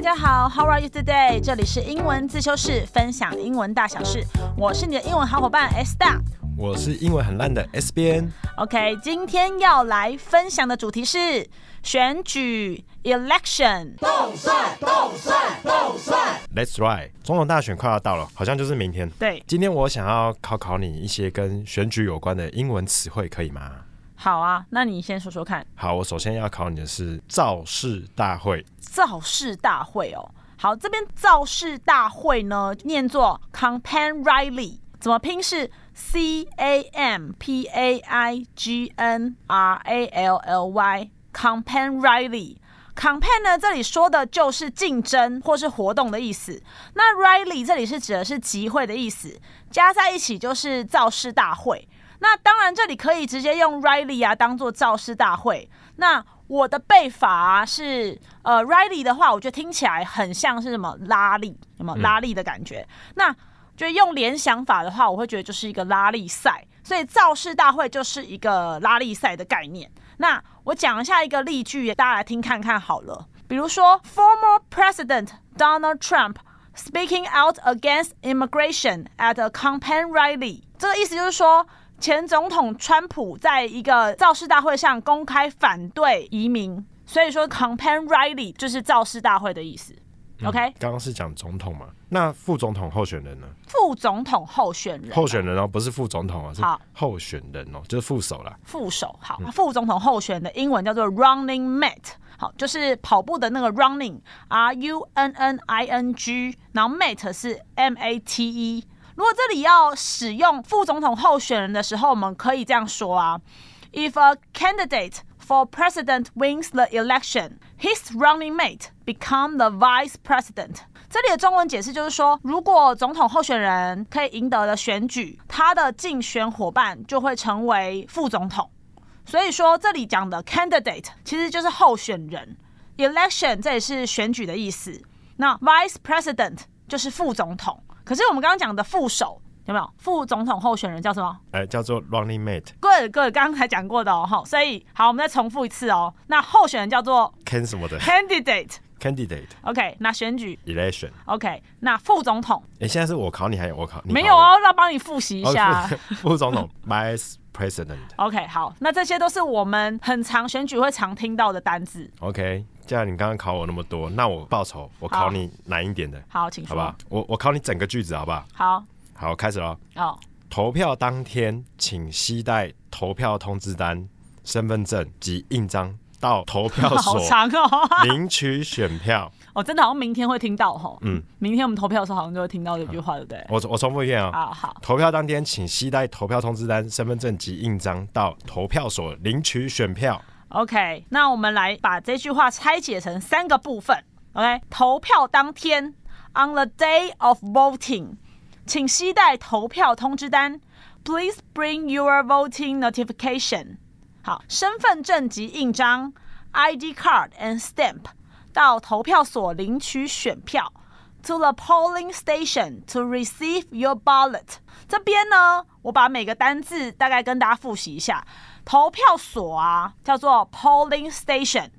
家好，How are you today？这里是英文自修室，分享英文大小事。我是你的英文好伙伴 S 大。我是英文很烂的 S 边， OK，今天要来分享的主题是选举 election。 Let's try。总统大选快要到了，好像就是明天。对，今天我想要考考你一些跟选举有关的英文词汇，可以吗？好啊，那你先说说看，好，我首先要考你的是造势大会造势大会哦。好，这边造势大会呢，念作 campaign rally，怎么拼是 C A M P A I G N R A L L Y campaign rally。campaign 呢，这里说的就是竞争或是活动的意思。那 rally 这里是指的是集会的意思，加在一起就是造势大会。那当然，这里可以直接用 rally 啊当做造势大会。那我的背法、啊、是，呃，rally 的话，我觉得听起来很像是什么拉力，什么拉力的感觉。那就用联想法的话，我会觉得就是一个拉力赛，所以造势大会就是一个拉力赛的概念。那我讲一下一个例句，大家来听看看好了。比如说，Former President Donald Trump speaking out against immigration at a campaign rally，这个意思就是说。前总统川普在一个造势大会上公开反对移民，所以说 campaign rally 就是造势大会的意思。OK，刚刚是讲总统嘛，那副总统候选人呢？副总统候选人，候选人哦，不是副总统哦，是好候选人哦，就是副手啦。副手，好，副总统候选人的英文叫做 running mate，好，就是跑步的那个 running，R U N N I N G，然后 mate 是 M A T E。如果这里要使用副总统候选人的时候，我们可以这样说啊：If a candidate for president wins the election, his running mate become the vice president。这里的中文解释就是说，如果总统候选人可以赢得了选举，他的竞选伙伴就会成为副总统。所以说，这里讲的 candidate 其实就是候选人，election 这也是选举的意思。那 vice president 就是副总统，可是我们刚刚讲的副手有没有？副总统候选人叫什么？哎、叫做 running mate good good，刚才讲过的哦，哈，所以好，我们再重复一次哦。那候选人叫做 can 什么的 candidate，OK，、 candidate 那选举 election。 ，OK，那副总统哎、现在是我考你，还有我考你？没有哦，要帮你复习一考我。下。 哦副副总统 vice president。 OK，好，那这些都是我们很常选举会常听到的单字。 OK，既然你刚刚考我那么多，那我报仇，我好考你难一点的，好，请好说。不好？我我考你整个句子，好不好？好好，开始了。哦，投票当天，请携带投票通知单、身份证及印章到投票 好所长哦，领取选票。我、真的好像明天会听到吼。嗯嗯，明天我们投票的时候好像就会听到这句话，对不对？我我重复一遍啊、啊，好，投票当天，请携带投票通知单、身份证及印章到投票所领取选票。 OK，那我们来把这句话拆解成三个部分。OK，投票当天，On the day of voting，请携带投票通知单，Please bring your voting notification。好，身份证及印章，ID card and stamp，到投票所领取选票。To the polling station to receive your ballot。这边呢，我把每个单字大概跟大家复习一下。投票所啊，叫做 polling station。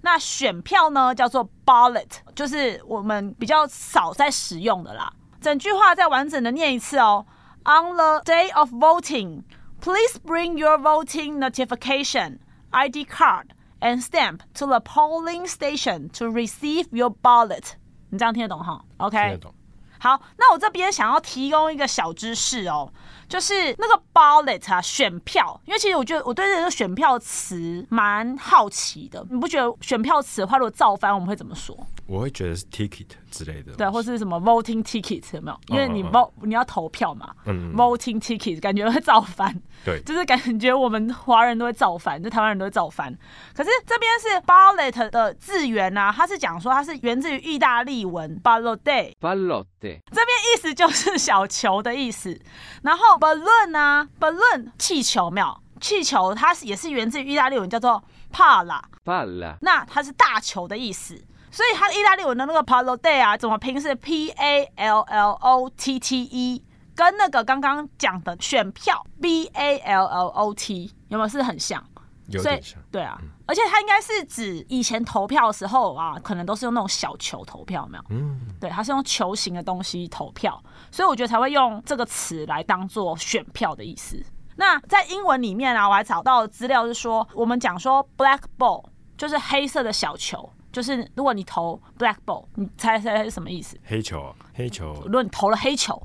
那选票呢，叫做 ballot，就是我们比较少在使用的啦。整句话再完整的念一次哦。On the day of voting, please bring your voting notification, ID card, and stamp to the polling station to receive your ballot。你这样听得懂哈？OK。听得懂？好，那我这边想要提供一个小知识哦，就是那个 ballot 啊，选票，因为其实我觉得我对这个选票词蛮好奇的。你不觉得选票词的话，如果造反，我们会怎么说？我会觉得是 ticket 之类的。对，或是什么 voting ticket 有没有？因为你嗯嗯嗯 vote 你要投票嘛嗯嗯嗯，voting ticket 感觉会造反。对，就是感觉我们华人都会造反，就台湾人都会造反。可是这边是 ballot 的字源啊，它是讲说它是源自于意大利文 ballotte， pallotte, 这边意思就是小球的意思。然后 balloon 啊，balloon 气球有没有？气球它是也是源自于意大利文叫做 pala， palla, 那它是大球的意思。所以它的意大利文的那个 pallotte 啊，怎么拼是 p a l l o t t e，跟那个刚刚讲的选票 b a l l o t 有没有是很像？有所以点像。对啊，而且它应该是指以前投票的时候啊，可能都是用那种小球投票，有没有？嗯，对，它是用球形的东西投票，所以我觉得才会用这个词来当做选票的意思。那在英文里面啊，我还找到的资料是说，我们讲说 black ball 就是黑色的小球，就是如果你投 black ball，你猜猜是什么意思？黑球，黑球如，果你投了黑球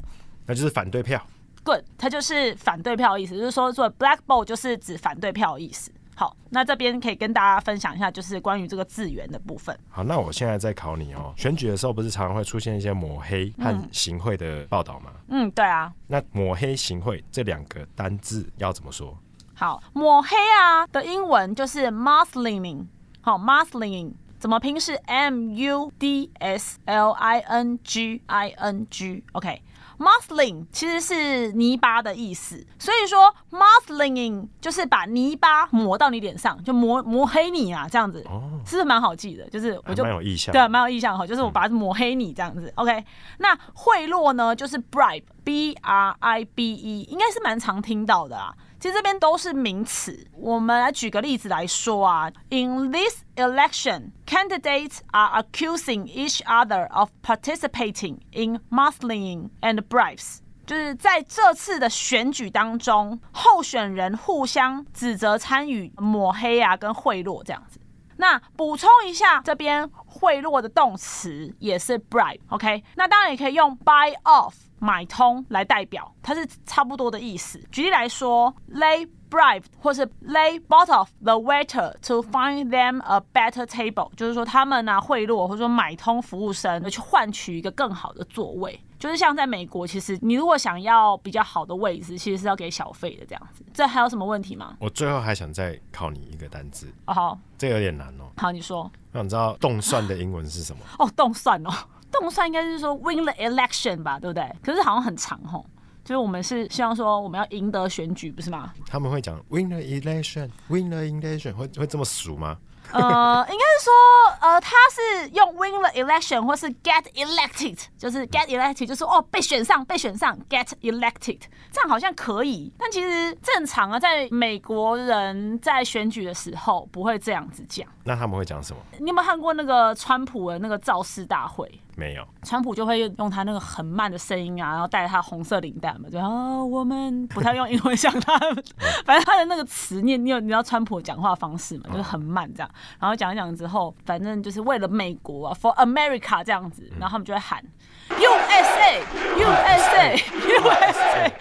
那就是反对票。 ，good，它就是反对票的意思，就是说做 black ball 就是指反对票的意思。好，那这边可以跟大家分享一下，就是关于这个字源的部分。好，那我现在在考你哦。选举的时候不是常常会出现一些抹黑和行贿的报道吗？嗯，对啊，那抹黑、行贿这两个单字要怎么说？好，抹黑啊的英文就是 muslining，好 muslining 怎么拼是 m u d s l i n g i n g，OK、musling 其实是泥巴的意思，所以说 muslinging 就是把泥巴抹到你脸上，就抹抹黑你啊，这样子，哦是不是蛮好记的？就是我还就蛮有意向。嗯对，蛮有印象哈，就是我把它抹黑你这样子。OK，那贿赂呢，就是 bribe，b r i b e，应该是蛮常听到的啦。其实这边都是名词，我们来举个例子来说啊。In this election, candidates are accusing each other of participating in muzzling and bribes. 就是在这次的选举当中，候选人互相指责参与抹黑啊，跟贿赂这样子。那补充一下，这边贿赂的动词也是 bribe，OK？、那当然也可以用 buy off 买通来代表，它是差不多的意思。举例来说，they bribed 或是 they bought off the waiter to find them a better table，就是说他们呢、啊贿赂或者说买通服务生，去换取一个更好的座位。就是像在美国，其实你如果想要比较好的位置，其实是要给小费的这样子。这还有什么问题吗？我最后还想再考你一个单字，哦，好，这个有点难哦。好，你说。那你知道动算的英文是什么？哦，动算哦，动算应该是说 win the election 吧，对不对？可是好像很长吼，就是我们是希望说我们要赢得选举，不是吗？他们会讲 win the election，win the election，会会这么数吗？呃，应该是说呃，他是用 win the election 或是 get elected，就是 get elected，就是哦被选上，被选上 get elected，这样好像可以，但其实正常啊，在美国人在选举的时候不会这样子讲。那他们会讲什么？你有没有看过那个川普的那个造势大会？没有，川普就会用他那个很慢的声音啊，然后带着他红色领带嘛，就哦，我们不太用英文讲他们， 反正他的那个词，你你有你知道川普讲话方式嘛，就是很慢这样，然后讲一讲之后，反正就是为了美国啊，for America 这样子，然后他们就会喊 USA USA USA，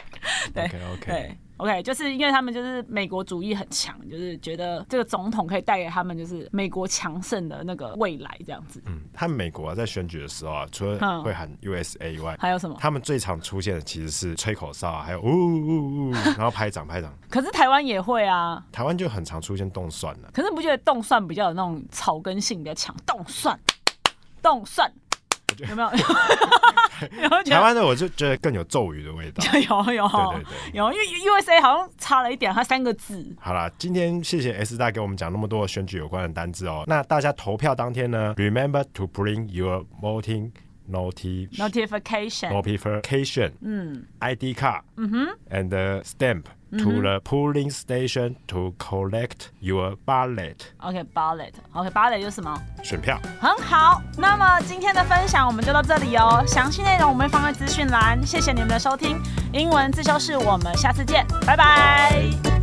对 OK，OK 对。OK，就是因为他们就是美国主义很强，就是觉得这个总统可以带给他们就是美国强盛的那个未来这样子。嗯，他们美国啊，在选举的时候啊，除了嗯会喊 USA 以外，还有什么？他们最常出现的其实是吹口哨啊，还有呜呜呜，然后拍掌拍掌。可是台湾也会啊，台湾就很常出现动算 了、可是你不觉得冻蒜比较有那种草根性比较强？冻蒜，冻蒜，有没 有？有没有觉台得？湾的我就觉得更有咒语的味道。有有对对对有，因为 USA 好像差了一点，它三个字。好啦，今天谢谢 S 大给我们讲那么多选举有关的单字哦。那大家投票当天呢，remember to bring your voting notification 哦 Notification， notification，嗯，ID 卡，嗯哼，and the stamp to the polling station to collect your ballot OK ballot，OK ballot 就是什么？选票。很好。那么今天的分享我们就到这里哦，详细内容我们会放在资讯栏。谢谢你们的收听，英文自修室，我们下次见，拜拜